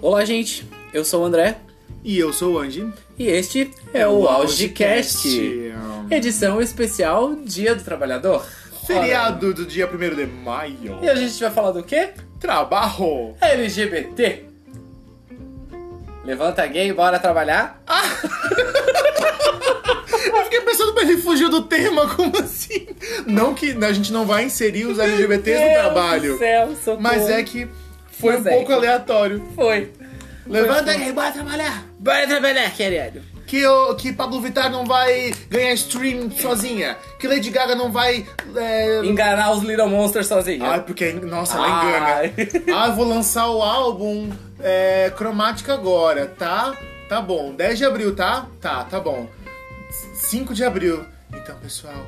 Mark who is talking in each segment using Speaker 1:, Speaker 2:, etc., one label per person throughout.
Speaker 1: Olá, gente. Eu sou o André
Speaker 2: E eu sou o Anji.
Speaker 1: e este é, o AugeCast, edição especial Dia do Trabalhador.
Speaker 2: Feriado do dia 1 de maio.
Speaker 1: Ora, E hoje a gente vai falar do quê?
Speaker 2: Trabalho.
Speaker 1: LGBT. Levanta gay, bora trabalhar.
Speaker 2: Eu fiquei pensando, mas ele fugiu do tema, como assim? Não que a gente não vai inserir os LGBTs no
Speaker 1: Meu
Speaker 2: é um trabalho,
Speaker 1: do céu, socorro.
Speaker 2: mas é que foi
Speaker 1: Mas
Speaker 2: um
Speaker 1: é
Speaker 2: pouco
Speaker 1: que-
Speaker 2: aleatório.
Speaker 1: Foi.
Speaker 2: Levanta aí, bora trabalhar.
Speaker 1: Bora trabalhar, querido.
Speaker 2: Que, o, que Pablo Vittar não vai ganhar stream sozinha. Que Lady Gaga não vai. é,
Speaker 1: Enganar os Little Monsters sozinho.
Speaker 2: Ai, porque. Nossa, ela Ah, engana.
Speaker 1: Ai.
Speaker 2: Ah, eu vou lançar o álbum é, cromática agora, tá? Tá bom. 10 de abril, tá? Tá, tá bom. 5 de abril. Então, pessoal.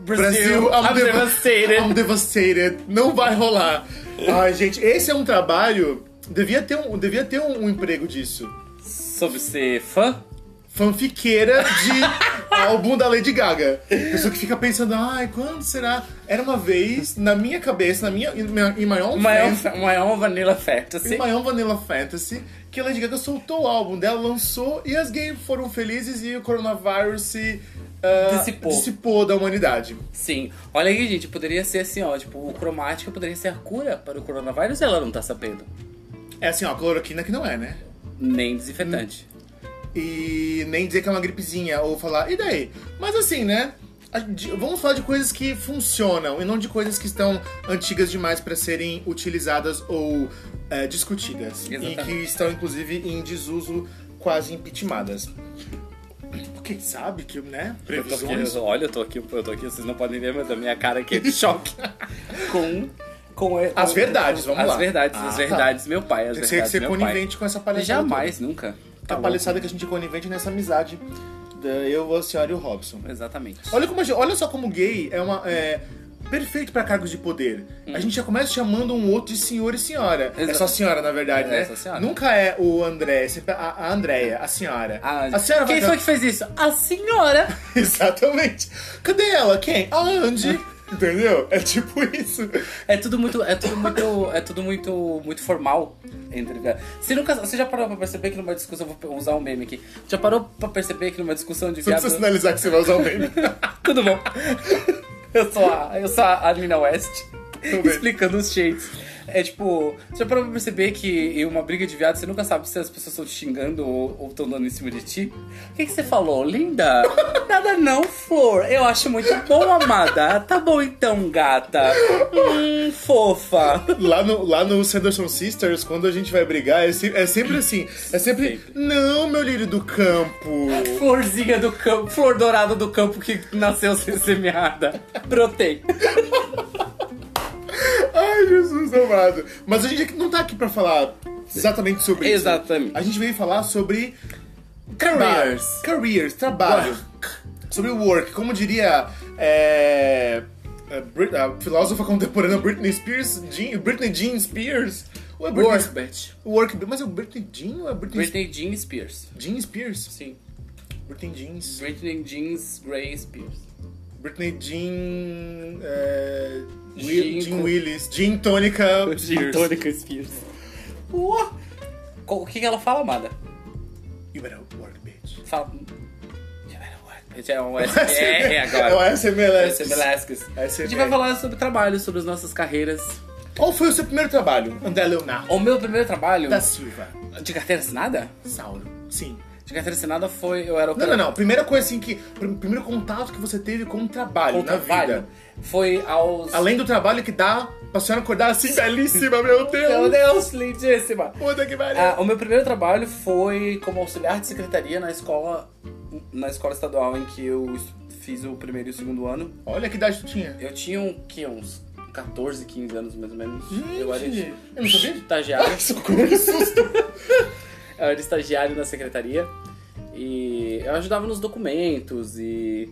Speaker 2: Brasil,
Speaker 1: I'm
Speaker 2: deva-
Speaker 1: devastated.
Speaker 2: I'm devastated. Não vai rolar. Ai, gente, esse é um trabalho. Devia ter um, devia ter um, um emprego disso.
Speaker 1: Sobre ser fã?
Speaker 2: Fanfiqueira de álbum da Lady Gaga. Pessoa que fica pensando, ai, quando será? Era uma vez, na minha cabeça, na minha. Em maior
Speaker 1: Uma é um- uma é uma Vanilla assim? Fantasy.
Speaker 2: Sim. Maion Vanilla Fantasy, que a Lady Gaga soltou o álbum dela, lançou e as gays foram felizes e o coronavírus se ah,
Speaker 1: Dissipou.
Speaker 2: dissipou da humanidade.
Speaker 1: Sim. Olha aí, gente, poderia ser assim, ó. Tipo, o cromático poderia ser a cura para o coronavírus e ela não tá sabendo.
Speaker 2: É assim, ó, cloroquina que não é, né?
Speaker 1: Nem desinfetante.
Speaker 2: Hum. E nem dizer que é uma gripezinha ou falar, e daí? Mas assim, né? a gente- Vamos falar de coisas que funcionam e não de coisas que estão antigas demais para serem utilizadas ou eh, discutidas.
Speaker 1: Exatamente.
Speaker 2: E que estão, inclusive, em desuso, quase impeachmentadas. Quem sabe que, né?
Speaker 1: Eu tô aqui,
Speaker 2: Previsões.
Speaker 1: eu- olha, eu tô aqui, eu tô aqui, vocês não podem ver, mas a minha cara aqui é de choque. com. Com,
Speaker 2: As
Speaker 1: com-
Speaker 2: verdades, vamos
Speaker 1: as
Speaker 2: lá.
Speaker 1: Verdades,
Speaker 2: Ah,
Speaker 1: as
Speaker 2: tá.
Speaker 1: verdades, meu pai. As
Speaker 2: Tem que ser,
Speaker 1: verdades,
Speaker 2: ser
Speaker 1: meu
Speaker 2: conivente com essa
Speaker 1: pai.
Speaker 2: palhaçada.
Speaker 1: Jamais, nunca. Tá
Speaker 2: toda.
Speaker 1: louco.
Speaker 2: A palhaçada que a gente é conivente nessa amizade. da Eu, a senhora e o Robson.
Speaker 1: Exatamente.
Speaker 2: Olha, como a gente- olha só como gay é uma. é, perfeito pra cargos de poder.
Speaker 1: Hum.
Speaker 2: A gente já começa chamando um outro de senhor e senhora. É
Speaker 1: Exato.
Speaker 2: só senhora, na verdade,
Speaker 1: É,
Speaker 2: né?
Speaker 1: só senhora.
Speaker 2: Nunca é o André, é sempre a, a Andréia, a senhora.
Speaker 1: Ah,
Speaker 2: a senhora
Speaker 1: quem
Speaker 2: vai.
Speaker 1: foi que fez isso? A senhora!
Speaker 2: Exatamente. Cadê ela? Quem? A Andy. Entendeu? É tipo isso.
Speaker 1: É tudo muito, é tudo muito, é tudo muito, muito formal entre. Você nunca, você já parou pra perceber que numa discussão vou usar um meme aqui. Já parou pra perceber que numa discussão de
Speaker 2: Só
Speaker 1: viado?
Speaker 2: precisa sinalizar que você vai usar o meme.
Speaker 1: Tudo bom. Eu sou a, eu sou a Admina West.
Speaker 2: bem.
Speaker 1: Explicando os shades. É tipo, você já parou pra perceber que em uma briga de viado você nunca sabe se as pessoas estão te xingando ou estão dando em cima de ti? O que, que você falou, linda? Nada não, flor. Eu acho muito bom, amada. Tá bom então, gata. Hum, fofa.
Speaker 2: Lá no, lá no Sanderson Sisters, quando a gente vai brigar, é, se- é sempre assim. É sempre,
Speaker 1: Sempre.
Speaker 2: Não, meu lírio do campo.
Speaker 1: Florzinha do campo, flor dourada do campo que nasceu sem semeada. Brotei.
Speaker 2: Ai, Jesus amado. Mas a gente não tá aqui pra falar exatamente sobre
Speaker 1: Exatamente.
Speaker 2: isso. A gente veio falar sobre.
Speaker 1: Careers.
Speaker 2: tra- Careers, trabalho. Sobre work. Como diria. É, a, Brit- a filósofa contemporânea Britney Spears. Jean- Britney Jean Spears. Ou é Britney,
Speaker 1: Work, bitch.
Speaker 2: Work. Mas é o Britney Jean ou é Britney,
Speaker 1: Britney Jean Spears.
Speaker 2: Jean Spears?
Speaker 1: Sim.
Speaker 2: Britney Jeans.
Speaker 1: Britney Jeans Grey Spears.
Speaker 2: Britney Jean. É,
Speaker 1: Jean
Speaker 2: Will, Jean
Speaker 1: com-
Speaker 2: Willis. Jean Tônica. Spears.
Speaker 1: Spears. Ué. Co- O que, que ela fala, amada?
Speaker 2: You better work, bitch.
Speaker 1: Fala. Já era, ué. Esse É um SMR
Speaker 2: É o
Speaker 1: agora. Esse é
Speaker 2: SMLS.
Speaker 1: Velasquez. A gente
Speaker 2: SMR.
Speaker 1: vai falar sobre trabalho, sobre as nossas carreiras.
Speaker 2: Qual foi o seu primeiro trabalho? André Leonardo.
Speaker 1: O meu primeiro trabalho
Speaker 2: Da Silva.
Speaker 1: de carteira assinada?
Speaker 2: Sauro. Sim.
Speaker 1: De carteira assinada foi. Eu era
Speaker 2: Não, não, não. Primeira coisa assim que. pr- Primeiro contato que você teve com o
Speaker 1: o
Speaker 2: trabalho na
Speaker 1: trabalho
Speaker 2: vida.
Speaker 1: foi aos.
Speaker 2: Além do trabalho que dá pra senhora acordar assim, belíssima, meu
Speaker 1: Meu
Speaker 2: Deus!
Speaker 1: Deus, lindíssima!
Speaker 2: Puta que pariu!
Speaker 1: Ah, o meu primeiro trabalho foi como auxiliar de secretaria na escola, na escola estadual em que eu es- fiz o primeiro e o segundo ano.
Speaker 2: Olha que idade tu tinha.
Speaker 1: Eu tinha um, que, uns 14, 15 anos mais ou menos. eu era
Speaker 2: Gente,
Speaker 1: de-
Speaker 2: eu não sabia?
Speaker 1: estagiário.
Speaker 2: Socorro, que susto!
Speaker 1: Eu era estagiário na secretaria e eu ajudava nos documentos e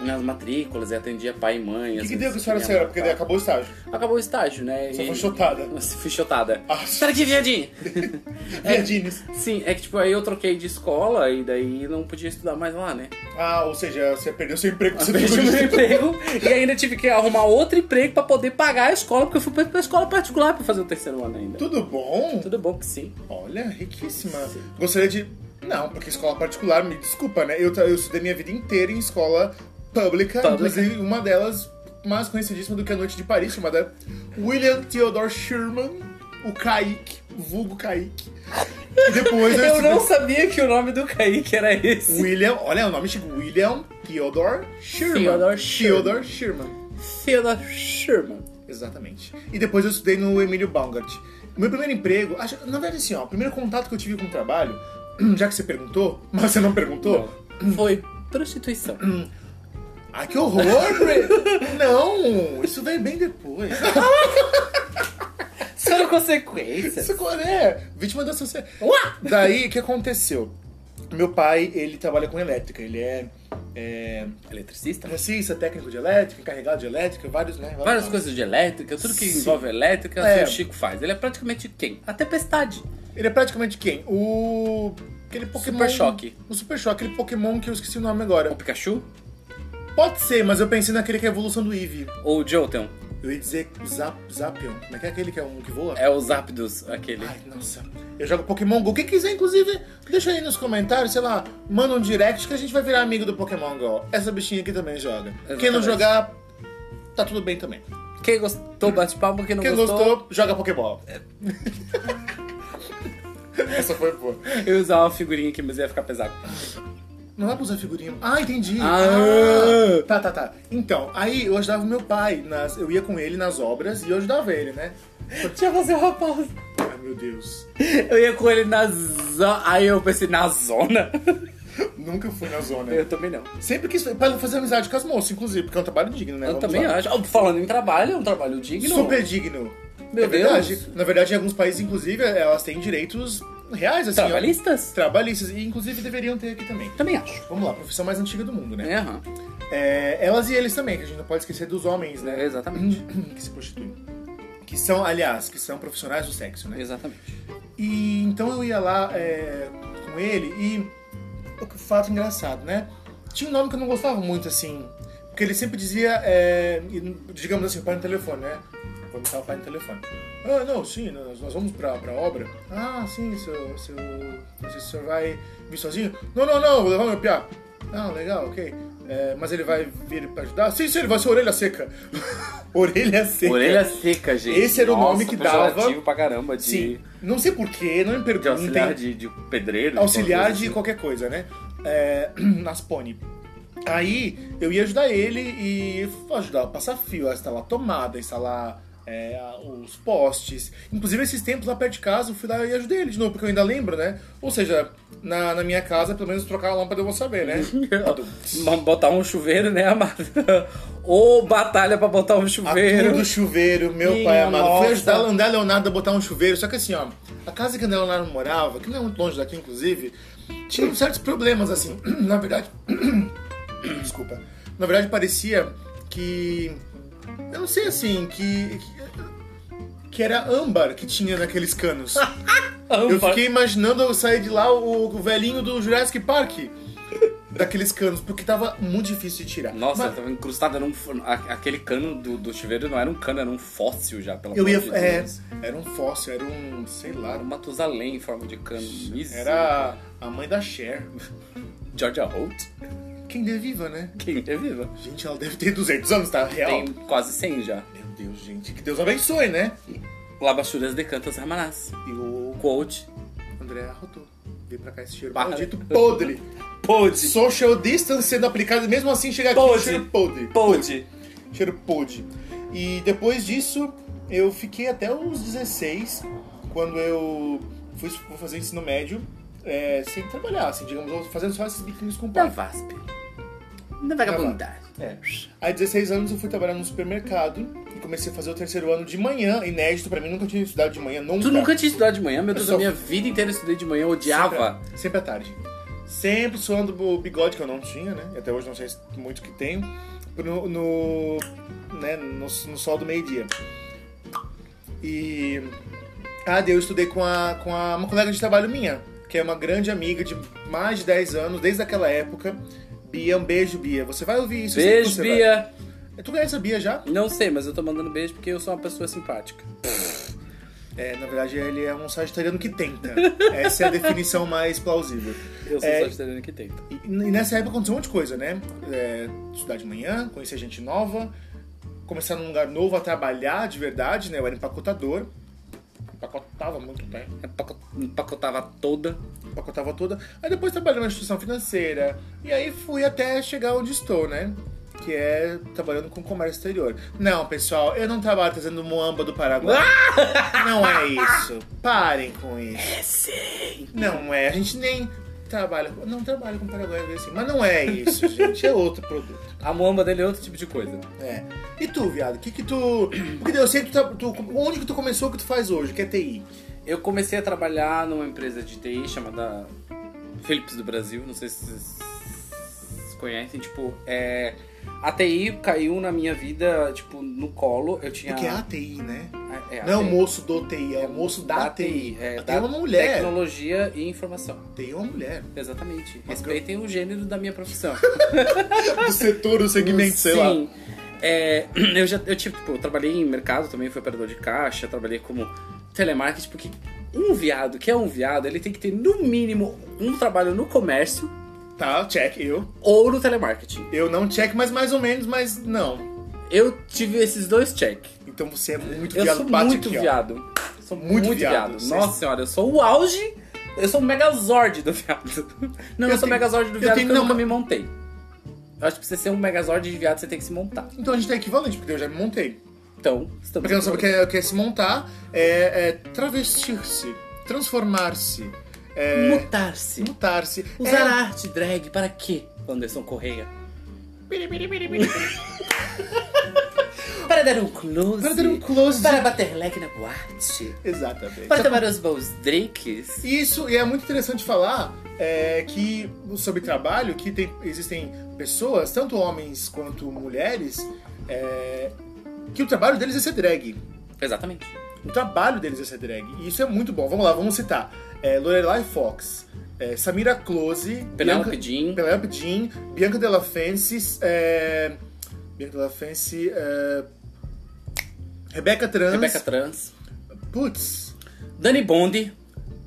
Speaker 1: nas matrículas e atendia pai e mãe.
Speaker 2: O
Speaker 1: às
Speaker 2: que, que
Speaker 1: vezes
Speaker 2: deu que a senhora
Speaker 1: minha
Speaker 2: saiu?
Speaker 1: mãe
Speaker 2: Porque
Speaker 1: tá.
Speaker 2: daí acabou o estágio.
Speaker 1: Acabou o estágio, né?
Speaker 2: Só
Speaker 1: E-
Speaker 2: foi chutada.
Speaker 1: Nossa, fui chutada.
Speaker 2: Ah.
Speaker 1: Espera aqui, viadinho!
Speaker 2: Viadines.
Speaker 1: Sim, é que tipo, aí eu troquei de escola e daí não podia estudar mais lá, né?
Speaker 2: Ah, ou seja, você perdeu seu emprego que você
Speaker 1: Perdi
Speaker 2: pegou
Speaker 1: meu
Speaker 2: de-
Speaker 1: Ah, emprego e ainda tive que arrumar outro emprego pra poder pagar a escola, porque eu fui pra pra escola particular pra fazer o terceiro ano ainda.
Speaker 2: Tudo bom?
Speaker 1: Tudo bom que sim.
Speaker 2: Olha, riquíssima. Gostaria de. Não, porque escola particular, me desculpa, né? Eu, tra- eu estudei minha vida inteira em escola pública,
Speaker 1: Pública.
Speaker 2: inclusive uma delas mais conhecidíssima do que a Noite de Paris, chamada William Theodore Sherman, o Kaique, vulgo Kaique. E depois eu,
Speaker 1: Eu
Speaker 2: estudei-
Speaker 1: não sabia que o nome do Kaique era esse.
Speaker 2: William, olha o nome chique, William Theodore Sherman.
Speaker 1: Theodore Sherman.
Speaker 2: Theodore Sherman.
Speaker 1: Theodore Sherman.
Speaker 2: Exatamente. E depois eu estudei no Emílio Baumgart. O meu primeiro emprego, acho- na verdade assim, ó, o primeiro contato que eu tive com o trabalho, já que você perguntou, mas você não perguntou.
Speaker 1: Foi prostituição.
Speaker 2: Ah, que horror! Bre- não, isso veio bem depois.
Speaker 1: Isso era consequência.
Speaker 2: Isso agora é vítima da sociedade.
Speaker 1: Uá!
Speaker 2: Daí, o que aconteceu? Meu pai, ele trabalha com elétrica, ele é, é
Speaker 1: Eletricista?
Speaker 2: eletricista, técnico de elétrica, encarregado de elétrica, vários, né?
Speaker 1: Várias coisas de elétrica, tudo que
Speaker 2: Sim.
Speaker 1: envolve elétrica,
Speaker 2: É.
Speaker 1: o Chico faz. Ele é praticamente quem? A tempestade.
Speaker 2: Ele é praticamente quem? O... Aquele Pokémon...
Speaker 1: Super Choque.
Speaker 2: O Super Choque, aquele Pokémon que eu esqueci o nome agora.
Speaker 1: É O Pikachu?
Speaker 2: Pode ser, mas eu pensei naquele que é a evolução do Eevee.
Speaker 1: Ou o Jolteon?
Speaker 2: Eu ia dizer Zap, Zapion. Como é que é aquele que é um que voa?
Speaker 1: É o Zapdos, aquele.
Speaker 2: Ai, nossa. Eu jogo Pokémon GO. Quem quiser, inclusive, deixa aí nos comentários, sei lá, manda um direct que a gente vai virar amigo do Pokémon GO. Essa bichinha aqui também joga. Quem não
Speaker 1: Exatamente.
Speaker 2: jogar, tá tudo bem também.
Speaker 1: Quem gostou, bate palma. Quem não
Speaker 2: Quem
Speaker 1: gostou,
Speaker 2: gostou, joga Pokébola. Essa foi boa.
Speaker 1: eu ia usar uma figurinha aqui, mas ia ficar pesado.
Speaker 2: Não dá pra usar figurinha. Ah, entendi.
Speaker 1: Ah.
Speaker 2: Ah, Tá, tá, tá. Então, aí eu ajudava meu pai. Nas, eu ia com ele nas obras e eu ajudava ele, né?
Speaker 1: Deixa eu fazer uma pausa.
Speaker 2: Ai, meu Deus.
Speaker 1: Eu ia com ele na zona. Aí eu pensei, na zona?
Speaker 2: Nunca fui na zona.
Speaker 1: Eu também não.
Speaker 2: Sempre quis pra fazer amizade com as moças, inclusive, porque é um trabalho digno, né?
Speaker 1: Eu
Speaker 2: Vamos
Speaker 1: também
Speaker 2: lá.
Speaker 1: acho. Oh, Falando em trabalho, é um trabalho digno.
Speaker 2: Super digno.
Speaker 1: Meu
Speaker 2: é verdade.
Speaker 1: Deus.
Speaker 2: Na verdade, em alguns países, inclusive, elas têm direitos reais, assim. ó.
Speaker 1: Trabalhistas?
Speaker 2: Trabalhistas. E, inclusive, deveriam ter aqui também.
Speaker 1: Também acho.
Speaker 2: Vamos lá, profissão mais antiga do mundo, né?
Speaker 1: É, aham.
Speaker 2: É, elas e eles também, que a gente não pode esquecer dos homens, né?
Speaker 1: É, exatamente.
Speaker 2: que se prostituem. Que são, aliás, que são profissionais do sexo, né?
Speaker 1: É, Exatamente.
Speaker 2: E então eu ia lá é, com ele e. o que- Fato engraçado, né? Tinha um nome que eu não gostava muito, assim. Porque ele sempre dizia, é, e, digamos assim, o pai no telefone, né? Vou botar o pai no telefone. Ah, não, sim, nós, nós vamos pra, pra obra. Ah, sim, seu, seu, se o senhor vai vir sozinho? Não, não, não, vou levar meu piá. Ah, legal, ok. É, mas ele vai vir pra ajudar? Sim, sim, ele vai ser orelha seca. orelha seca.
Speaker 1: Orelha seca, gente.
Speaker 2: Esse era o
Speaker 1: Nossa,
Speaker 2: nome que dava.
Speaker 1: pejorativo pra caramba de,
Speaker 2: Sim. Não sei porquê, não me
Speaker 1: de
Speaker 2: perguntem.
Speaker 1: auxiliar de, de assim. pedreiro.
Speaker 2: auxiliar de
Speaker 1: de
Speaker 2: qualquer coisa, né? É, nas pony. Aí eu ia ajudar ele e ajudar a passar fio, a instalar tomada, instalar é, a- os postes. Inclusive, esses tempos lá perto de casa, eu fui lá e ajudei ele de novo, porque eu ainda lembro, né? Ou seja, na, na minha casa, pelo menos trocar a lâmpada eu vou saber, né?
Speaker 1: Vamos botar um chuveiro, né, amado? Ou batalha pra botar um
Speaker 2: A turma
Speaker 1: chuveiro.
Speaker 2: do chuveiro, meu
Speaker 1: Minha
Speaker 2: pai amado. Fui
Speaker 1: nossa.
Speaker 2: ajudar a André Leonardo a botar um chuveiro, só que assim, ó, a casa que a André Leonardo morava, que não é muito longe daqui, inclusive, tinha certos problemas, assim. Na verdade. Desculpa. Na verdade, parecia que. Eu não sei assim, que. que- Que era âmbar que tinha naqueles canos. Eu
Speaker 1: Âmbar.
Speaker 2: fiquei imaginando eu sair de lá o, o velhinho do Jurassic Park. Daqueles canos, porque tava muito difícil de tirar.
Speaker 1: Nossa,
Speaker 2: Mas-
Speaker 1: tava encrustada num. f- a- Aquele cano do, do chuveiro não era um cano, era um fóssil já, pelo
Speaker 2: Eu ia.
Speaker 1: amor de
Speaker 2: é,
Speaker 1: Deus.
Speaker 2: era um fóssil, era um. sei lá.
Speaker 1: Era um Matusalém em forma de cano. Miserável.
Speaker 2: Era a mãe da Cher.
Speaker 1: Georgia Holt?
Speaker 2: Quem dê viva, né?
Speaker 1: Quem é viva?
Speaker 2: Gente, ela deve ter 200 anos, tá? Real.
Speaker 1: Tem quase 100 já.
Speaker 2: Meu Deus, gente. Que Deus abençoe, né?
Speaker 1: Labachuras de Cantas Ramanás.
Speaker 2: E o
Speaker 1: Quote.
Speaker 2: André arrotou. Veio pra cá esse cheiro
Speaker 1: Para.
Speaker 2: maldito podre.
Speaker 1: Pode.
Speaker 2: Social distance sendo aplicado, mesmo assim chega aqui
Speaker 1: Podre.
Speaker 2: cheiro podre.
Speaker 1: Pode.
Speaker 2: Cheiro podre. E depois disso, eu fiquei até os 16, quando eu fui fui fazer ensino médio, é, sem trabalhar, assim, digamos, fazendo só esses biquinhos com o
Speaker 1: Da
Speaker 2: pai.
Speaker 1: VASP. Da vagabundagem.
Speaker 2: Tá. É. Aí, 16 anos, eu fui trabalhar no supermercado e comecei a fazer o terceiro ano de manhã, inédito pra mim, nunca tinha estudado de manhã, nunca.
Speaker 1: Tu nunca tinha estudado de manhã? Meu Deus,
Speaker 2: Eu Tá. É só-
Speaker 1: a
Speaker 2: tá-
Speaker 1: minha vida inteira eu estudei de manhã, eu odiava.
Speaker 2: Sempre, sempre à tarde. sempre suando o bigode, que eu não tinha, né? E Até hoje não sei muito que tenho, no, no, né, no, no sol do meio-dia. E. Ah, daí eu estudei com, a, com a, uma colega de trabalho minha, que é uma grande amiga de mais de 10 anos, desde aquela época. Bia, um beijo, Bia. Você vai ouvir isso? eu sei que
Speaker 1: Beijo,
Speaker 2: você tá- vai. É,
Speaker 1: Bia!
Speaker 2: Tu conhece a Bia já?
Speaker 1: Não sei, mas eu tô mandando beijo porque eu sou uma pessoa simpática.
Speaker 2: É, na verdade, ele é um sagitariano que tenta. Essa é a definição mais plausível.
Speaker 1: Eu sou é...
Speaker 2: É.
Speaker 1: sagitariano que tenta.
Speaker 2: E, e nessa época aconteceu um monte de coisa, né? É, estudar de manhã, conhecer gente nova, começar num lugar novo a trabalhar de verdade, né? Eu era empacotador. Empacotava muito né? bem.
Speaker 1: Empaco- Empacotava toda.
Speaker 2: Empacotava toda. Aí depois trabalhei numa instituição financeira. E aí fui até chegar onde estou, né? Que é trabalhando com comércio exterior. Não, pessoal, eu não trabalho trazendo muamba do Paraguai. não é isso. Parem com isso.
Speaker 1: É sim!
Speaker 2: Não é, a gente nem trabalha. com- Não trabalha com Paraguai assim. Mas não é isso, gente. É outro produto.
Speaker 1: A muamba dele é outro tipo de coisa.
Speaker 2: É. E tu, viado, o que que tu. Porque eu sei que tu, tá- tu- Onde que tu começou o que tu faz hoje, que é TI?
Speaker 1: Eu comecei a trabalhar numa empresa de TI chamada Philips do Brasil, não sei se vocês conhecem, tipo, é... A TI caiu na minha vida, tipo, no colo. Eu tinha.
Speaker 2: Porque é a TI, né?
Speaker 1: É, é a
Speaker 2: não é o
Speaker 1: TI.
Speaker 2: moço do TI, é o moço da, TI.
Speaker 1: É,
Speaker 2: a TI
Speaker 1: da
Speaker 2: é uma mulher.
Speaker 1: Tecnologia e informação.
Speaker 2: TI é uma mulher.
Speaker 1: Exatamente.
Speaker 2: Mas
Speaker 1: Respeitem o gênero da minha profissão.
Speaker 2: Do setor, do segmento, sei lá.
Speaker 1: Ah, Sim. É, eu já eu, tive, tipo, eu trabalhei em mercado também, fui operador de caixa, trabalhei como telemarketing, porque um viado que é um viado, ele tem que ter no mínimo um trabalho no comércio
Speaker 2: Tá, check, eu.
Speaker 1: ou no telemarketing.
Speaker 2: Eu não check, mas mais ou menos, mas não.
Speaker 1: Eu tive esses dois check.
Speaker 2: Então você é muito
Speaker 1: Eu
Speaker 2: viado
Speaker 1: sou
Speaker 2: bate
Speaker 1: muito
Speaker 2: aqui, ó.
Speaker 1: viado. Sou
Speaker 2: Muito
Speaker 1: muito,
Speaker 2: viado.
Speaker 1: viado.
Speaker 2: Vocês-
Speaker 1: Nossa senhora, eu sou o auge. Eu sou o megazord do viado. Não, eu,
Speaker 2: Eu
Speaker 1: sou
Speaker 2: tenho-
Speaker 1: o megazord do
Speaker 2: eu
Speaker 1: viado
Speaker 2: tenho-
Speaker 1: porque eu
Speaker 2: não,
Speaker 1: nunca
Speaker 2: mas-
Speaker 1: me montei. Eu acho que pra você ser um megazord de viado, você tem que se montar.
Speaker 2: Então a gente tá equivalente, porque eu já me montei.
Speaker 1: Então, estamos.
Speaker 2: Pra quem não sabe o que é, o que é se montar, é, é travestir-se, transformar-se, é,
Speaker 1: Mutar-se.
Speaker 2: mutar-se. é
Speaker 1: Usar a arte drag para quê, Anderson Correia? Para dar um close.
Speaker 2: Para dar um close.
Speaker 1: Para bater leque na boate.
Speaker 2: É, exatamente.
Speaker 1: Para tomar os bons drinks.
Speaker 2: Isso, e é muito interessante falar é, que sobre trabalho, que tem- existem pessoas, tanto homens quanto mulheres, é, que o trabalho deles é ser drag.
Speaker 1: Exatamente.
Speaker 2: O trabalho deles é ser drag. E isso é muito bom. Vamos lá, vamos citar. É, Lorelai Fox, é, Samira Close, Bianca-
Speaker 1: Penelope Jean.
Speaker 2: Penelope Jean, Bianca Della Fence, é... Bianca Della Fence, é... Rebecca Trans.
Speaker 1: Rebecca Trans.
Speaker 2: Putz,
Speaker 1: Dani Bondi.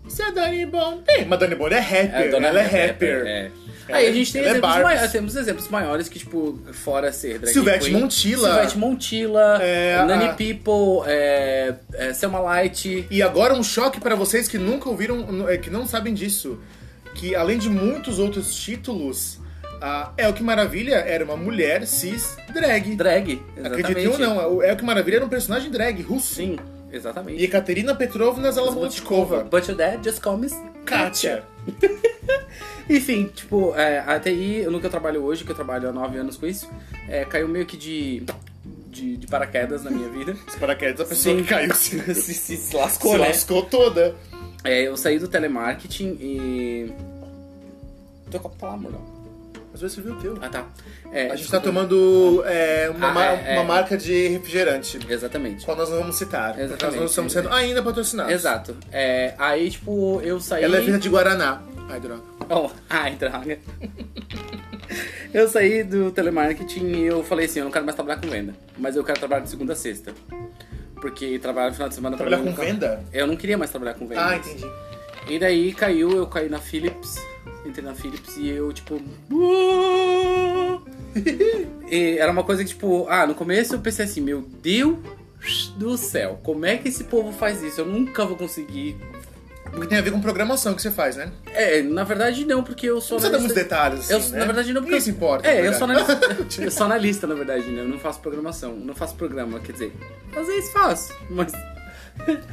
Speaker 2: isso é Dani Bond. Ei, mas Dani Bond é rapper,
Speaker 1: a dona
Speaker 2: ela é
Speaker 1: rapper,
Speaker 2: rapper.
Speaker 1: é.
Speaker 2: Ela
Speaker 1: Aí
Speaker 2: é-
Speaker 1: a gente tem
Speaker 2: ela é
Speaker 1: exemplos,
Speaker 2: Barbs.
Speaker 1: maiores, temos exemplos maiores que, tipo, fora ser drag
Speaker 2: Silvete
Speaker 1: queen,
Speaker 2: Montilla.
Speaker 1: Silvete Montilla,
Speaker 2: É,
Speaker 1: Nanny
Speaker 2: a-
Speaker 1: People, é, é, Selma Light.
Speaker 2: E agora um choque pra vocês que nunca ouviram, é, que não sabem disso. Que além de muitos outros títulos, a El Que Maravilha era uma mulher cis drag.
Speaker 1: Drag, exatamente.
Speaker 2: Acreditem ou um não, o El Que Maravilha era um personagem drag russo.
Speaker 1: Sim, exatamente.
Speaker 2: E Ekaterina Petrovna Zalamotkova.
Speaker 1: But your dad just calls me Katia.
Speaker 2: Kátia.
Speaker 1: Enfim, tipo, é, a TI, no que eu trabalho hoje, que eu trabalho há nove anos com isso, é, caiu meio que de, de, de paraquedas na minha vida.
Speaker 2: Os paraquedas, a pessoa
Speaker 1: Sim.
Speaker 2: que caiu se,
Speaker 1: se,
Speaker 2: se
Speaker 1: se- se lascou, né?
Speaker 2: lascou toda.
Speaker 1: É, eu saí do telemarketing e... Tô com a palavra, não.
Speaker 2: Às vezes você viu o teu.
Speaker 1: Ah, tá. É,
Speaker 2: A gente tá
Speaker 1: desculpa.
Speaker 2: tomando é, uma,
Speaker 1: Ah,
Speaker 2: ma-
Speaker 1: é, é.
Speaker 2: uma marca de refrigerante,
Speaker 1: Exatamente.
Speaker 2: qual nós não vamos citar. Porque nós
Speaker 1: Exatamente.
Speaker 2: não estamos sendo ainda patrocinados.
Speaker 1: Exato. É, aí, tipo, eu saí...
Speaker 2: Ela é feita de Guaraná. Ai, droga.
Speaker 1: Oh, ai, droga. Eu saí do telemarketing e eu falei assim, eu não quero mais trabalhar com venda. Mas eu quero trabalhar de segunda a sexta. Porque trabalhar no final de semana... pra
Speaker 2: Trabalhar
Speaker 1: mim
Speaker 2: com
Speaker 1: nunca-
Speaker 2: venda?
Speaker 1: Eu não queria mais trabalhar com venda.
Speaker 2: Ah, entendi.
Speaker 1: E daí caiu, eu caí na Philips. Entrei na Philips e eu, tipo... "Uou!" e era uma coisa que, tipo... Ah, no começo eu pensei assim, meu Deus do céu. Como é que esse povo faz isso? Eu nunca vou conseguir...
Speaker 2: Porque tem a ver com programação que você faz, né?
Speaker 1: É, na verdade não, porque eu
Speaker 2: Não
Speaker 1: sou...
Speaker 2: precisa dar muitos
Speaker 1: analista-
Speaker 2: detalhes, assim,
Speaker 1: eu,
Speaker 2: né?
Speaker 1: Na verdade, não porque
Speaker 2: Ninguém se importa. na
Speaker 1: É, eu
Speaker 2: verdade.
Speaker 1: sou, analista, eu sou analista, na verdade, né? Eu não faço programação, não faço programa, quer dizer, às vezes faço, mas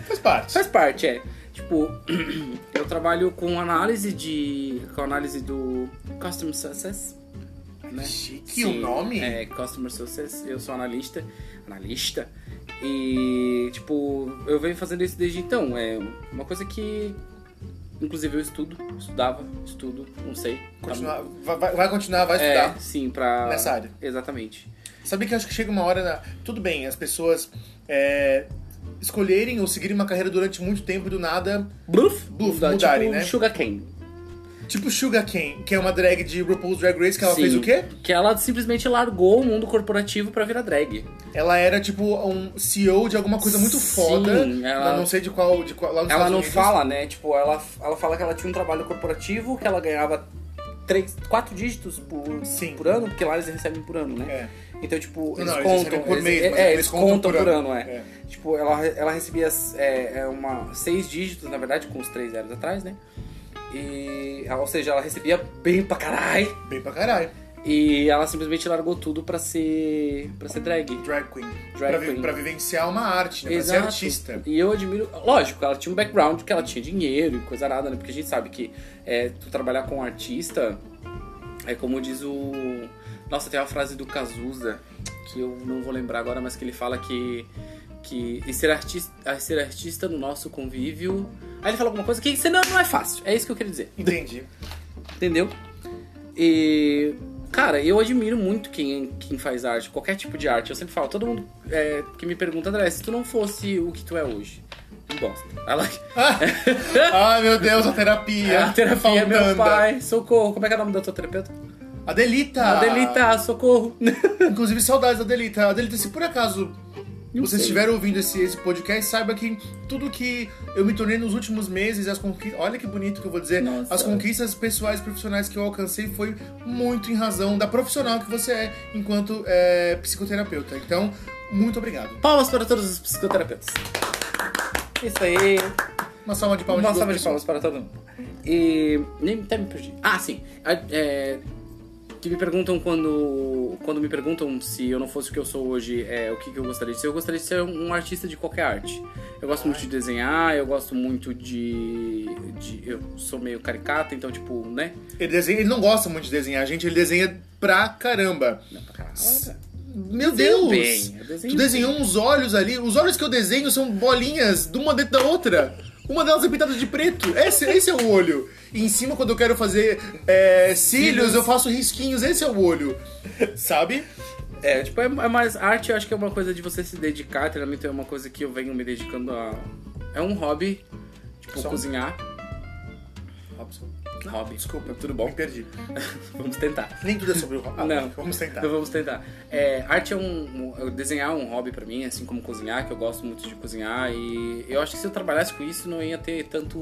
Speaker 2: Faz parte.
Speaker 1: faz parte, é. Tipo, eu trabalho com análise de. com análise do Customer Success. né?
Speaker 2: Chique
Speaker 1: Sim,
Speaker 2: o nome.
Speaker 1: É, Customer Success, eu sou analista. Analista. E, tipo, eu venho fazendo isso desde então. É uma coisa que Inclusive eu estudo, estudava, estudo, não sei. Tá
Speaker 2: Continuar, vai, vai- vai continuar, vai
Speaker 1: É,
Speaker 2: estudar.
Speaker 1: sim, pra...
Speaker 2: Nessa área.
Speaker 1: Exatamente.
Speaker 2: Sabe que eu acho que chega uma hora. Na... Tudo bem, as pessoas é, escolherem ou seguirem uma carreira durante muito tempo e do nada.
Speaker 1: Bluff?
Speaker 2: Bluff,
Speaker 1: Da-
Speaker 2: mudarem,
Speaker 1: tipo
Speaker 2: né?
Speaker 1: Sugar Cane.
Speaker 2: Tipo Sugar Ken, que é uma drag de RuPaul's Drag Race, que ela
Speaker 1: Sim.
Speaker 2: fez o quê?
Speaker 1: Que ela simplesmente largou o mundo corporativo pra virar drag.
Speaker 2: Ela era tipo um CEO de alguma coisa muito
Speaker 1: Sim,
Speaker 2: foda.
Speaker 1: ela-
Speaker 2: Eu não sei de qual. De qual lá nos
Speaker 1: Ela
Speaker 2: Estados
Speaker 1: não
Speaker 2: Unidos.
Speaker 1: fala, né? Tipo, ela, ela fala que ela tinha um trabalho corporativo, que ela ganhava três, quatro dígitos por,
Speaker 2: Sim.
Speaker 1: por ano, porque lá eles recebem por ano, né?
Speaker 2: É.
Speaker 1: Então, tipo,
Speaker 2: Não,
Speaker 1: eles
Speaker 2: não, eles
Speaker 1: contam.
Speaker 2: recebem por mês, mas
Speaker 1: é,
Speaker 2: eles
Speaker 1: eles
Speaker 2: contam por
Speaker 1: por
Speaker 2: ano.
Speaker 1: ano, é. Tipo, ela, ela recebia é, é, uma, seis dígitos, na verdade, com os três zeros atrás, né? E, ou seja, ela recebia bem pra caralho.
Speaker 2: Bem pra caralho.
Speaker 1: E ela simplesmente largou tudo pra ser, pra ser drag.
Speaker 2: Drag queen.
Speaker 1: Drag
Speaker 2: pra, vi-
Speaker 1: queen.
Speaker 2: pra vivenciar uma arte, né? Pra ser artista.
Speaker 1: E eu admiro. Lógico, ela tinha um background que ela tinha dinheiro e coisa nada, né? Porque a gente sabe que é, tu trabalhar com um artista é como diz o. Nossa, tem uma frase do Cazuza que eu não vou lembrar agora, mas que ele fala que. Que e ser artista, ah, ser artista no nosso convívio. Aí ele fala alguma coisa que senão não é fácil. É isso que eu queria dizer.
Speaker 2: Entendi.
Speaker 1: Entendeu? E. Cara, eu admiro muito quem, quem faz arte, qualquer tipo de arte. Eu sempre falo, todo mundo é, que me pergunta, André, se tu não fosse o que tu é hoje, tu bosta. Vai lá.
Speaker 2: Ai, meu Deus, a terapia.
Speaker 1: a terapia, meu
Speaker 2: faltando.
Speaker 1: pai, socorro. Como é que é o nome da tua terapeuta?
Speaker 2: Adelita!
Speaker 1: Adelita, socorro.
Speaker 2: Inclusive, saudades da Adelita. Adelita, se por acaso
Speaker 1: Não
Speaker 2: vocês
Speaker 1: sei.
Speaker 2: estiveram ouvindo esse, esse podcast, saiba que tudo que eu me tornei nos últimos meses, as conquistas. Olha que bonito que eu vou dizer.
Speaker 1: Nossa.
Speaker 2: As conquistas pessoais e profissionais que eu alcancei foi muito em razão da profissional que você é enquanto é, psicoterapeuta. Então, muito obrigado.
Speaker 1: Palmas para todos os psicoterapeutas. Isso aí.
Speaker 2: Uma salva de palmas
Speaker 1: Uma
Speaker 2: de
Speaker 1: salva de
Speaker 2: duas
Speaker 1: palmas
Speaker 2: pessoas.
Speaker 1: para todo mundo. E. Nem até me perdi. Ah, sim. A- é, que me perguntam quando. Quando me perguntam se eu não fosse o que eu sou hoje, é, o que, que eu gostaria de ser. Eu gostaria de ser um artista de qualquer arte. Eu gosto muito de desenhar, eu gosto muito de. de- eu sou meio caricata, então, tipo, né?
Speaker 2: Ele, desenha, ele não gosta muito de desenhar, gente. Ele desenha pra caramba.
Speaker 1: Não, pra caralho.
Speaker 2: Meu
Speaker 1: Desenho
Speaker 2: Deus!
Speaker 1: bem, eu desenho
Speaker 2: tu desenhou uns olhos ali. Os olhos que eu desenho são bolinhas de uma dentro da outra. Uma delas é pintada de preto. Esse, esse é o olho. E em cima, quando eu quero fazer é, cílios, eu faço risquinhos. Esse é o olho. Sabe?
Speaker 1: É, tipo, é, é mais. Arte eu acho que é uma coisa de você se dedicar, treinamento é uma coisa que eu venho me dedicando a. É um hobby, tipo,
Speaker 2: Só um-
Speaker 1: cozinhar.
Speaker 2: Robson,
Speaker 1: Hobby.
Speaker 2: desculpa.
Speaker 1: tudo
Speaker 2: Bom, me
Speaker 1: bom?
Speaker 2: perdi.
Speaker 1: Vamos tentar.
Speaker 2: Nem tudo é sobre o Robson.
Speaker 1: Não.
Speaker 2: Vamos tentar.
Speaker 1: Então vamos tentar. É, arte é um, um- Desenhar é um hobby pra mim, assim como cozinhar, que eu gosto muito de cozinhar. E eu acho que se eu trabalhasse com isso, não ia ter tanto,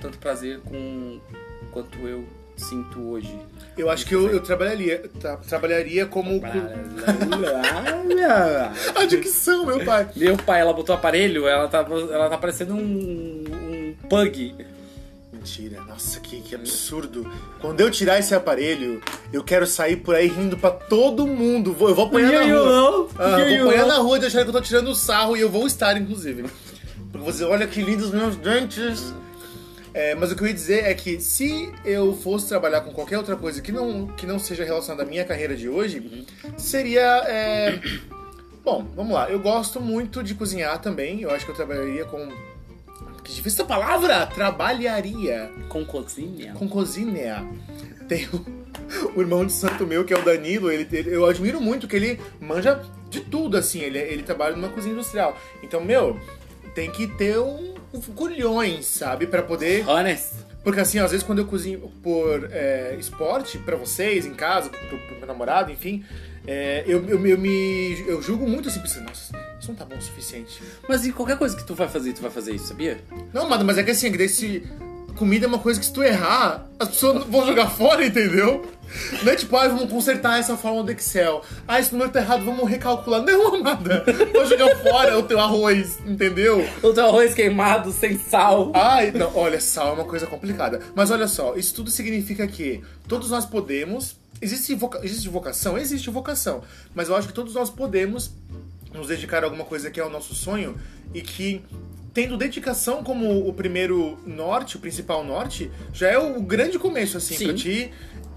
Speaker 1: tanto prazer com quanto eu sinto hoje.
Speaker 2: Eu acho que eu, eu trabalharia, tra- trabalharia como... A dicção, meu pai.
Speaker 1: Meu pai, ela botou aparelho, ela tá, ela tá parecendo um, um pug.
Speaker 2: Mentira, nossa, que, que absurdo. Quando eu tirar esse aparelho, eu quero sair por aí rindo pra todo mundo. Vou- eu vou apanhar na rua. Ah, eu vou apanhar na rua e deixar que eu tô tirando o sarro e eu vou estar, inclusive. Porque você olha que lindos meus dentes. É, mas o que eu ia dizer é que se eu fosse trabalhar com qualquer outra coisa que não, que não seja relacionada à minha carreira de hoje, seria. é, Bom, vamos lá. Eu gosto muito de cozinhar também. Eu acho que eu trabalharia com. Que difícil essa palavra! Trabalharia
Speaker 1: Com cozinha?
Speaker 2: com cozinha. Tem o, o irmão de santo meu, que é o Danilo, ele, ele- eu admiro muito que ele manja de tudo, assim, ele, ele trabalha numa cozinha industrial. Então, meu, tem que ter um, um culhões, sabe, Pra poder...
Speaker 1: Honest.
Speaker 2: Porque, assim, às vezes quando eu cozinho por é, esporte, pra vocês, em casa, pro, pro meu namorado, enfim... é, eu, eu, eu me eu julgo muito assim, pensando, nossa, isso não tá bom o suficiente.
Speaker 1: Mas em qualquer coisa que tu vai fazer, tu vai fazer isso, sabia?
Speaker 2: Não, mano, mas é que assim, é que desse. Comida é uma coisa que se tu errar, as pessoas não vão jogar fora, entendeu? Não é tipo, ah, vamos consertar essa fórmula do Excel. Ah, esse número tá errado, vamos recalcular. Não, amada. Vou jogar fora o teu arroz, entendeu?
Speaker 1: O teu arroz queimado, sem sal.
Speaker 2: Ai, não, olha, sal é uma coisa complicada. Mas olha só, isso tudo significa que todos nós podemos. Existe, voca- existe vocação? Existe vocação. Mas eu acho que todos nós podemos nos dedicar a alguma coisa que é o nosso sonho e que, tendo dedicação como o primeiro norte, o principal norte, já é o grande começo, assim,
Speaker 1: Sim.
Speaker 2: pra ti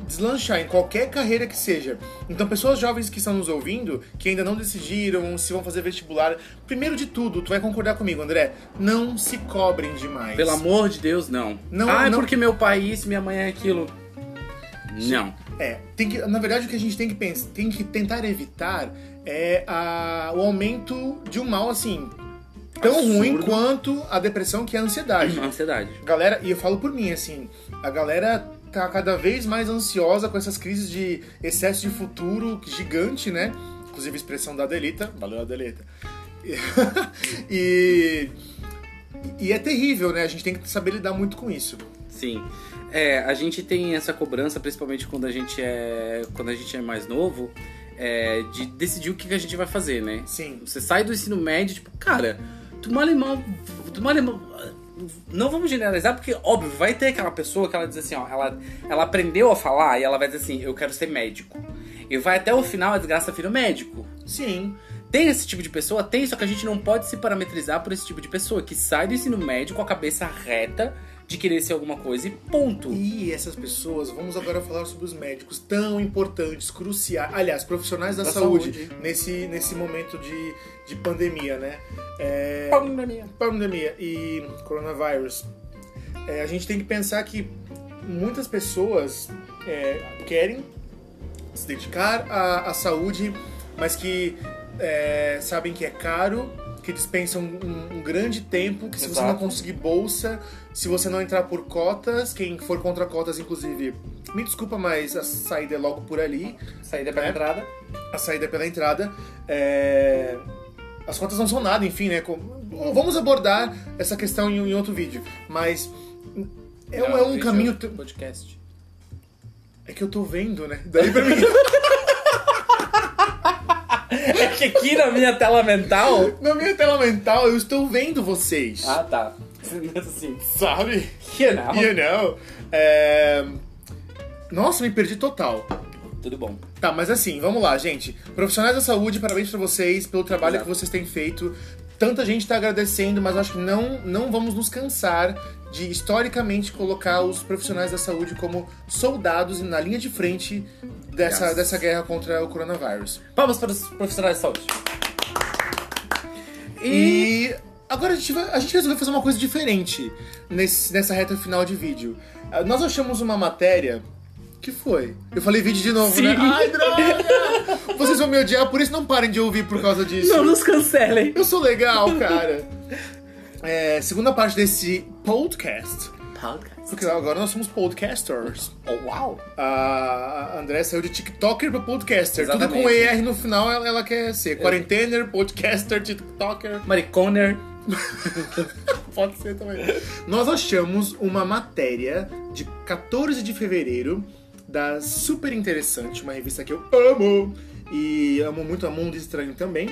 Speaker 2: deslanchar em qualquer carreira que seja. Então, pessoas jovens que estão nos ouvindo, que ainda não decidiram se vão fazer vestibular, primeiro de tudo, tu vai concordar comigo, André, não se cobrem demais.
Speaker 1: Pelo amor de Deus, não.
Speaker 2: Não,
Speaker 1: ah, é
Speaker 2: não.
Speaker 1: porque meu pai é isso, minha mãe é aquilo. Não.
Speaker 2: É, tem que, na verdade o que a gente tem que pensar, tem que tentar evitar é a- o aumento de um mal assim tão
Speaker 1: Absurdo.
Speaker 2: ruim quanto a depressão que é a ansiedade.
Speaker 1: Ansiedade.
Speaker 2: Galera, e eu falo por mim assim, a galera tá cada vez mais ansiosa com essas crises de excesso de futuro gigante, né? Inclusive expressão da Adelita, valeu Adelita. e e é terrível, né? A gente tem que saber lidar muito com isso.
Speaker 1: Sim. É, a gente tem essa cobrança, principalmente quando a gente é. Quando a gente é mais novo, é, de decidir o que que a gente vai fazer, né?
Speaker 2: Sim.
Speaker 1: Você sai do ensino médio, tipo, cara, tu mal e mal. Tu mal e mal- Não vamos generalizar, porque, óbvio, vai ter aquela pessoa que ela diz assim, ó, ela, ela aprendeu a falar e ela vai dizer assim, eu quero ser médico. E vai até o final, a desgraça vira o médico.
Speaker 2: Sim.
Speaker 1: Tem esse tipo de pessoa? Tem, só que a gente não pode se parametrizar por esse tipo de pessoa que sai do ensino médio com a cabeça reta de querer ser alguma coisa e ponto.
Speaker 2: E essas pessoas, vamos agora falar sobre os médicos tão importantes, cruciais, aliás, profissionais da,
Speaker 1: Da
Speaker 2: saúde,
Speaker 1: saúde.
Speaker 2: Nesse, nesse momento de, de pandemia, né? É,
Speaker 1: Pau na minha.
Speaker 2: pandemia e coronavírus. É, a gente tem que pensar que muitas pessoas é, querem se dedicar à, à saúde, mas que é, sabem que é caro, que dispensam um, um grande tempo, que se você
Speaker 1: Exato.
Speaker 2: não conseguir bolsa, se você não entrar por cotas, quem for contra cotas, inclusive, me desculpa, mas a saída é logo por ali,
Speaker 1: Saída pra
Speaker 2: É.
Speaker 1: entrada.
Speaker 2: a saída é pela entrada. é, As cotas não são nada, enfim, né? Com- Vamos abordar essa questão em, em outro vídeo, mas é, um- é um caminho. t-
Speaker 1: Podcast.
Speaker 2: É que eu tô vendo, né? Daí pra mim.
Speaker 1: É que aqui na minha tela mental.
Speaker 2: Na minha tela mental, eu estou vendo vocês.
Speaker 1: Ah, tá. assim.
Speaker 2: Sabe?
Speaker 1: Que não.
Speaker 2: You know? É, Nossa, me perdi total.
Speaker 1: Tudo bom.
Speaker 2: Tá, mas assim, vamos lá, gente. Profissionais da saúde, parabéns pra vocês pelo trabalho
Speaker 1: Exato.
Speaker 2: que vocês têm feito. Tanta gente tá agradecendo, mas acho que não, não vamos nos cansar de historicamente colocar os profissionais da saúde como soldados e na linha de frente dessa,
Speaker 1: Yes.
Speaker 2: dessa guerra contra o coronavírus.
Speaker 1: Vamos para os profissionais de saúde. E.
Speaker 2: E agora a gente, vai- a gente resolveu fazer uma coisa diferente nesse- nessa reta final de vídeo. Ah, Nós achamos uma matéria. Que foi? Eu falei vídeo de novo, né?
Speaker 1: Sim.
Speaker 2: Ai, droga! Vocês vão me odiar, por isso não parem de ouvir por causa disso.
Speaker 1: Não nos cancelem.
Speaker 2: Eu sou legal, cara. É, segunda parte desse podcast.
Speaker 1: Podcast.
Speaker 2: Porque agora nós somos podcasters.
Speaker 1: Oh, uau.
Speaker 2: A André saiu de TikToker pra podcaster. Tudo com
Speaker 1: Exatamente.
Speaker 2: ER no final ela, ela quer ser. Quarentener, podcaster, TikToker.
Speaker 1: Mariconer.
Speaker 2: Pode ser também. Nós achamos uma matéria de 14 de fevereiro da Super Interessante, uma revista que eu amo e amo muito a Mundo Estranho também.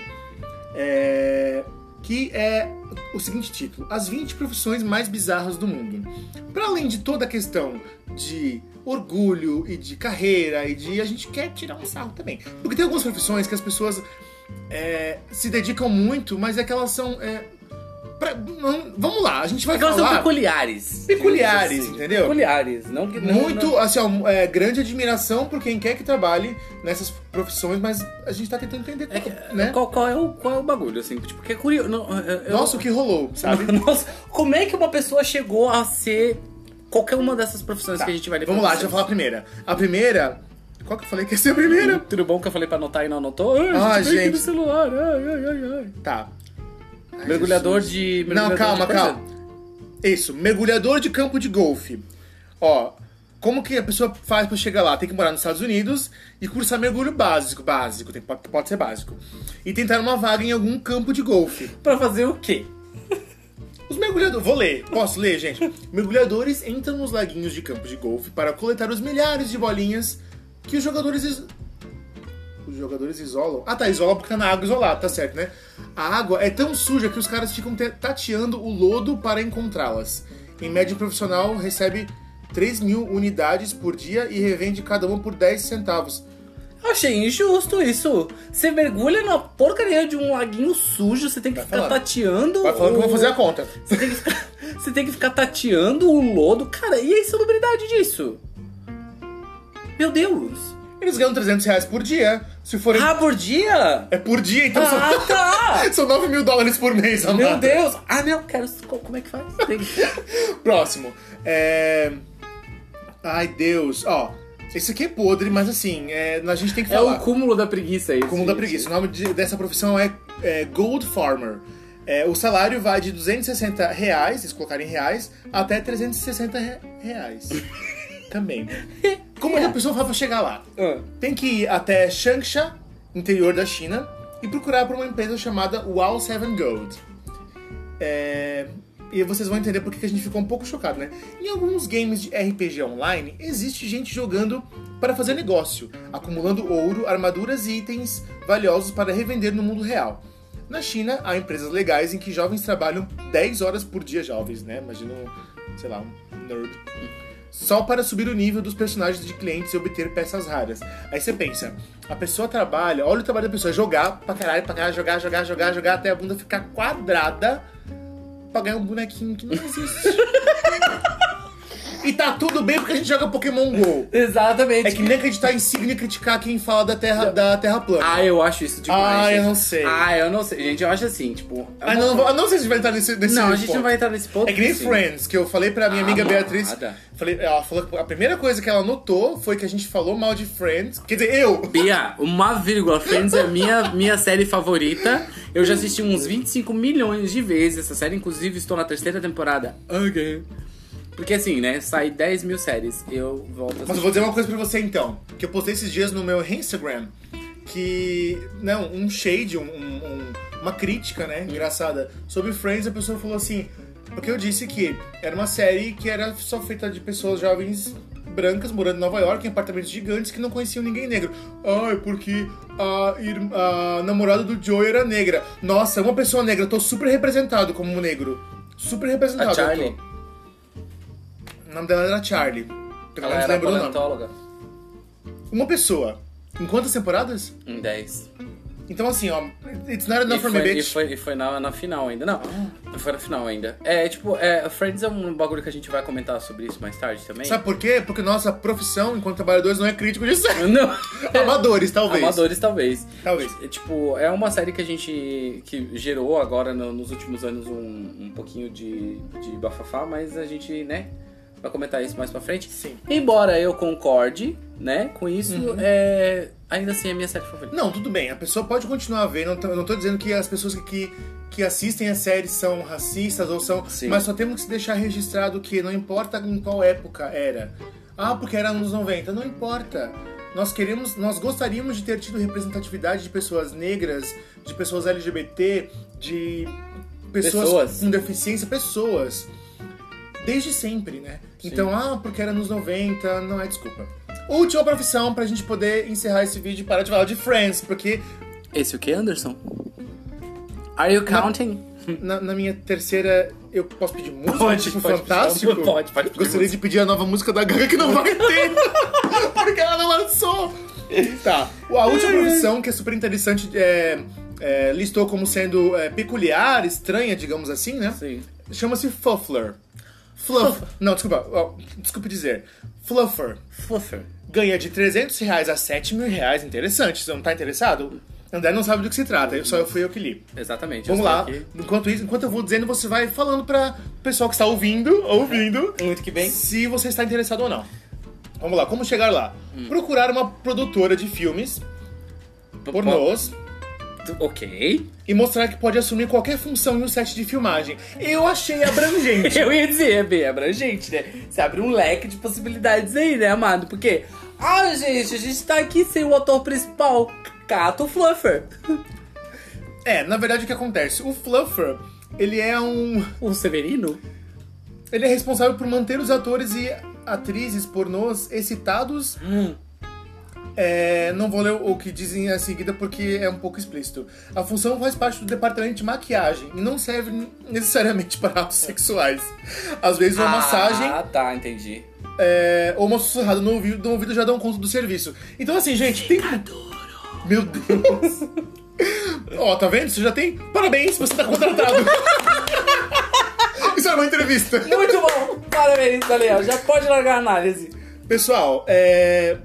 Speaker 2: é, Que é o seguinte título: As 20 profissões mais bizarras do mundo. Para além de toda a questão de orgulho e de carreira e de a gente quer tirar um sarro também. Porque tem algumas profissões que as pessoas é, se dedicam muito, mas é que elas são. é, pra- não- vamos lá, a gente vai
Speaker 1: É Elas são
Speaker 2: falar.
Speaker 1: peculiares.
Speaker 2: Peculiares,
Speaker 1: digamos assim.
Speaker 2: entendeu?
Speaker 1: Peculiares. Não que não-
Speaker 2: Muito,
Speaker 1: não-
Speaker 2: assim, ó, é, grande admiração por quem quer que trabalhe nessas profissões, mas a gente tá tentando entender,
Speaker 1: É que-
Speaker 2: né?
Speaker 1: Qual, qual é o, qual é o bagulho, assim? Tipo, que é curioso. Não, eu- eu-
Speaker 2: Nossa, o que rolou, sabe?
Speaker 1: Nossa, como é que uma pessoa chegou a ser qualquer uma dessas profissões
Speaker 2: Tá,
Speaker 1: que a gente vai ler pra
Speaker 2: Vamos lá, deixa
Speaker 1: vocês? Hum,
Speaker 2: eu falar a primeira. A primeira. Qual que eu falei que ia ser a primeira?
Speaker 1: Tudo bom que eu falei pra anotar e não anotou? Ai,
Speaker 2: Ah,
Speaker 1: gente, veio aqui no
Speaker 2: gente.
Speaker 1: celular. Ai, ai, ai, ai.
Speaker 2: Tá. Ai,
Speaker 1: mergulhador
Speaker 2: Jesus.
Speaker 1: de. Mergulhador
Speaker 2: Não,
Speaker 1: de
Speaker 2: calma,
Speaker 1: coisa.
Speaker 2: calma. Isso, mergulhador de campo de golfe. Ó, como que a pessoa faz pra chegar lá? Tem que morar nos Estados Unidos e cursar mergulho básico, básico, tem, pode, pode ser básico. E tentar uma vaga em algum campo de golfe.
Speaker 1: Pra fazer o quê?
Speaker 2: Os mergulhadores. Vou ler, posso ler, gente? mergulhadores entram nos laguinhos de campo de golfe para coletar os milhares de bolinhas que os jogadores. is- Os jogadores isolam. Ah, tá, isola porque tá na água isolada, tá certo, né? A água é tão suja que os caras ficam te- tateando o lodo para encontrá-las. Em média, o profissional recebe 3 mil unidades por dia e revende cada uma por 10 centavos.
Speaker 1: Eu Achei injusto isso. Você mergulha na porcaria de um laguinho sujo, você tem que
Speaker 2: Vai
Speaker 1: ficar
Speaker 2: falando.
Speaker 1: tateando.
Speaker 2: Vai falando que eu vou
Speaker 1: o-
Speaker 2: fazer a conta.
Speaker 1: Você tem que ficar, você tem que ficar tateando o lodo. Cara, e a insalubridade disso? Meu Deus!
Speaker 2: Eles ganham 300 reais por dia. Se forem.
Speaker 1: Ah, por dia?
Speaker 2: É por dia, então são,
Speaker 1: Ah, tá!
Speaker 2: são 9 mil dólares por mês, amada.
Speaker 1: Meu Deus! Ah, não, quero. co- Como é que faz? Tem-
Speaker 2: Próximo. É. Ai, Deus. Ó, esse aqui é podre, mas assim, é, a gente tem que
Speaker 1: É
Speaker 2: falar.
Speaker 1: o cúmulo da preguiça é isso.
Speaker 2: Comum da
Speaker 1: gente.
Speaker 2: preguiça. O nome de- dessa profissão é, é Gold Farmer. É, o salário vai de 260 reais, se colocar em reais, até 360 re- reais. Também. Como é que a pessoa faz pra chegar lá?
Speaker 1: Ah.
Speaker 2: Tem que ir até Changsha, interior da China, e procurar por uma empresa chamada Wow 7 Gold. É, E vocês vão entender porque que a gente ficou um pouco chocado, né? Em alguns games de RPG online, existe gente jogando para fazer negócio, acumulando ouro, armaduras e itens valiosos para revender no mundo real. Na China, há empresas legais em que jovens trabalham 10 horas por dia jovens, né? Imagina, um, sei lá, um nerd só para subir o nível dos personagens de clientes e obter peças raras. Aí você pensa, a pessoa trabalha, olha o trabalho da pessoa, é jogar pra caralho, pra caralho, jogar, jogar, jogar, jogar até a bunda ficar quadrada pra ganhar um bonequinho que não existe. e tá tudo bem porque a gente joga Pokémon GO.
Speaker 1: Exatamente.
Speaker 2: É que nem acreditar em signo e criticar quem fala da Terra, da terra plana.
Speaker 1: Ah, eu acho isso demais.
Speaker 2: Ah, eu
Speaker 1: gente.
Speaker 2: não sei.
Speaker 1: Ah, eu não sei. Gente, eu acho assim, tipo. é
Speaker 2: Ah,
Speaker 1: uma-
Speaker 2: não, não, não sei se a gente vai entrar nesse, nesse
Speaker 1: Não, a gente
Speaker 2: ponto.
Speaker 1: não vai entrar nesse ponto.
Speaker 2: É que nem
Speaker 1: assim.
Speaker 2: Friends, que eu falei pra minha
Speaker 1: Ah,
Speaker 2: amiga
Speaker 1: amada.
Speaker 2: Beatriz. Falei, ela falou que a primeira coisa que ela notou foi que a gente falou mal de Friends. Quer dizer, eu!
Speaker 1: Bia, uma vírgula. Friends é minha, minha série favorita. Eu já assisti uns 25 milhões de vezes essa série. Inclusive, estou na terceira temporada. Again. Porque assim, né? Sai 10 mil séries. Eu volto a
Speaker 2: Mas eu
Speaker 1: assistir.
Speaker 2: vou dizer uma coisa pra você então, que eu postei esses dias no meu Instagram, que. Não, um shade, um- um- um- uma crítica, né? Engraçada. Sobre Friends, a pessoa falou assim. Porque eu disse que era uma série que era só feita de pessoas jovens brancas morando em Nova York, em apartamentos gigantes que não conheciam ninguém negro. Ai, porque a, ir- a namorada do Joe era negra. Nossa, uma pessoa negra, eu tô super representado como negro. Super representado.
Speaker 1: A
Speaker 2: eu tô.
Speaker 1: Charlie.
Speaker 2: O nome dela era Charlie. Pelo
Speaker 1: Ela
Speaker 2: menos
Speaker 1: era
Speaker 2: lembro do nome.
Speaker 1: paleontóloga.
Speaker 2: Uma pessoa. Em quantas temporadas?
Speaker 1: Em 10.
Speaker 2: Então assim, ó. It's not enough
Speaker 1: e
Speaker 2: for
Speaker 1: foi,
Speaker 2: me,
Speaker 1: e
Speaker 2: bitch.
Speaker 1: foi, e foi na, na final ainda. Não, foi na final ainda. É, tipo, é, Friends é um bagulho que a gente vai comentar sobre isso mais tarde também.
Speaker 2: Sabe por quê? Porque nossa profissão, enquanto trabalhadores, não é crítico de série.
Speaker 1: Não.
Speaker 2: Amadores, talvez.
Speaker 1: Amadores, talvez.
Speaker 2: Talvez.
Speaker 1: É, Tipo, é uma série que a gente. que gerou agora no- nos últimos anos um, um pouquinho de, de bafafá, mas a gente, né, vai comentar isso mais pra frente.
Speaker 2: Sim. Uhum.
Speaker 1: Embora eu concorde, né, com isso, é, ainda assim é a minha série favorita.
Speaker 2: Não, tudo bem. A pessoa pode continuar a ver. Não tô, eu não tô dizendo que as pessoas que, que assistem a série são racistas ou são...
Speaker 1: Sim.
Speaker 2: Mas só temos que deixar registrado que não importa em qual época era. Ah, porque era anos 90. Não importa. Nós queremos, nós gostaríamos de ter tido representatividade de pessoas negras, de pessoas LGBT, de pessoas,
Speaker 1: Pessoas.
Speaker 2: com deficiência, pessoas. Desde sempre, né?
Speaker 1: Sim.
Speaker 2: Então, ah, porque era nos 90, não é desculpa. Última profissão pra gente poder encerrar esse vídeo e parar de falar de Friends, porque
Speaker 1: Esse o que, Anderson? Are you counting?
Speaker 2: na, na minha terceira eu posso pedir música?
Speaker 1: Pode,
Speaker 2: tipo,
Speaker 1: pode,
Speaker 2: fantástico?
Speaker 1: pode, pode, pode pedir
Speaker 2: Gostaria de pedir a nova música da Gaga que não vai ter, porque ela não lançou. Tá. A última profissão que é super interessante é, é, listou como sendo é, peculiar, estranha, digamos assim, né?
Speaker 1: Sim.
Speaker 2: Chama-se Fuffler. Fluff. Não, desculpa. ó, Desculpe dizer. Fluffer.
Speaker 1: Fluffer.
Speaker 2: ganha de 300 reais a 7 mil reais. Interessante, você não tá interessado? André não sabe do que se trata, eu- só eu fui eu que li.
Speaker 1: Exatamente. eu
Speaker 2: Vamos
Speaker 1: sei
Speaker 2: lá,
Speaker 1: que-
Speaker 2: enquanto isso, enquanto eu vou dizendo, você vai falando pra pessoal que está ouvindo, ouvindo,
Speaker 1: Muito que bem.
Speaker 2: se você está interessado ou não. Vamos lá, como chegar lá?
Speaker 1: Hum.
Speaker 2: Procurar uma produtora de filmes, pornôs,
Speaker 1: Ok.
Speaker 2: e mostrar que pode assumir qualquer função em um set de filmagem. Eu achei abrangente.
Speaker 1: Eu ia dizer, é bem abrangente, né? Você abre um leque de possibilidades aí, né, amado? Porque, ah, gente, a gente tá aqui sem o ator principal, Cato Fluffer.
Speaker 2: é, na verdade o que acontece? O Fluffer, ele é um...
Speaker 1: O Severino?
Speaker 2: Ele é responsável por manter os atores e atrizes pornôs excitados. É, não vou ler o que dizem a seguida porque é um pouco explícito. A função faz parte do departamento de maquiagem e não serve necessariamente para atos sexuais. Às vezes uma massagem
Speaker 1: Ah, tá, entendi.
Speaker 2: é, ou uma sussurrada no ouvido, no ouvido já dão conta do serviço. Então assim, gente, tem... Meu Deus! Ó, tá vendo? Você já tem... Parabéns, você tá contratado! Isso é uma entrevista!
Speaker 1: Muito bom! Parabéns, Daniel. Já pode largar a análise.
Speaker 2: Pessoal, é,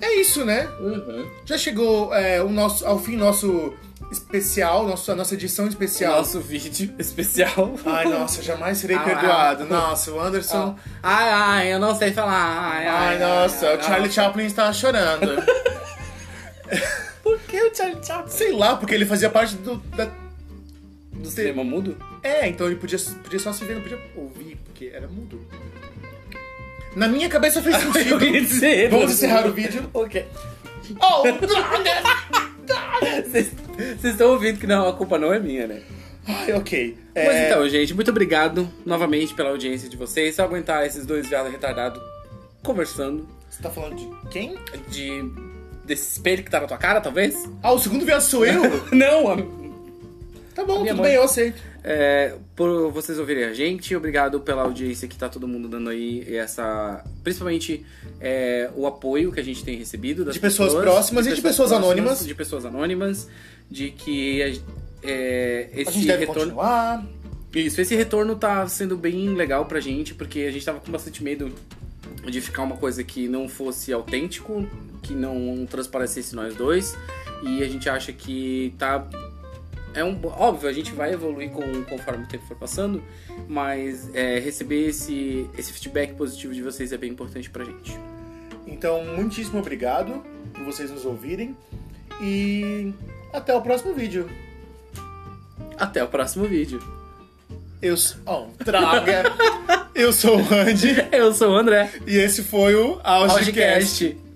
Speaker 2: É isso, né?
Speaker 1: Uhum.
Speaker 2: Já chegou é, o nosso, ao fim nosso especial, nosso, a nossa edição especial.
Speaker 1: Nosso vídeo especial.
Speaker 2: Ai, nossa, jamais serei
Speaker 1: Ah,
Speaker 2: perdoado.
Speaker 1: ah.
Speaker 2: Nossa, o Anderson.
Speaker 1: Ai, ai, eu não sei falar. Ai,
Speaker 2: Ai, nossa, o Charlie Chaplin está chorando.
Speaker 1: Por que o Charlie Chaplin?
Speaker 2: Sei lá, porque ele fazia parte do. Da...
Speaker 1: Do cinema mudo?
Speaker 2: É, então ele podia, podia só se ver, não podia ouvir, porque era mudo. Na minha cabeça fez
Speaker 1: Eu ia
Speaker 2: sentido.
Speaker 1: dizer, né?
Speaker 2: Vamos
Speaker 1: não-
Speaker 2: encerrar o vídeo.
Speaker 1: Ok.
Speaker 2: Oh, droga!
Speaker 1: Vocês vocês estão ouvindo que não, a culpa não é minha, né?
Speaker 2: Ai, ok. É,
Speaker 1: Mas então, gente, muito obrigado novamente pela audiência de vocês. Só aguentar esses dois viados retardados conversando
Speaker 2: Você tá falando de quem?
Speaker 1: de desse espelho que tá na tua cara, talvez?
Speaker 2: Ah, o segundo viado sou eu?
Speaker 1: Não, am-
Speaker 2: Tá bom,
Speaker 1: Minha
Speaker 2: tudo
Speaker 1: mãe.
Speaker 2: bem, eu aceito.
Speaker 1: É, por vocês ouvirem a gente, obrigado pela audiência que tá todo mundo dando aí e essa, principalmente é, o apoio que a gente tem recebido das
Speaker 2: De pessoas próximas e de pessoas anônimas.
Speaker 1: de pessoas anônimas, de que a- é,
Speaker 2: A
Speaker 1: esse
Speaker 2: gente deve
Speaker 1: retorno,
Speaker 2: continuar.
Speaker 1: isso, esse retorno tá sendo bem legal pra gente, porque a gente tava com bastante medo de ficar uma coisa que não fosse autêntico, que não transparecesse nós dois, e a gente acha que tá é um óbvio a gente vai evoluir com, conforme o tempo for passando, mas é, receber esse esse feedback positivo de vocês é bem importante pra gente.
Speaker 2: Então, muitíssimo obrigado por vocês nos ouvirem. E até o próximo vídeo.
Speaker 1: Até o próximo vídeo.
Speaker 2: Eu sou. Oh, traga! eu sou o Andy
Speaker 1: Eu sou o André.
Speaker 2: e esse foi o Algecast.
Speaker 1: Podcast.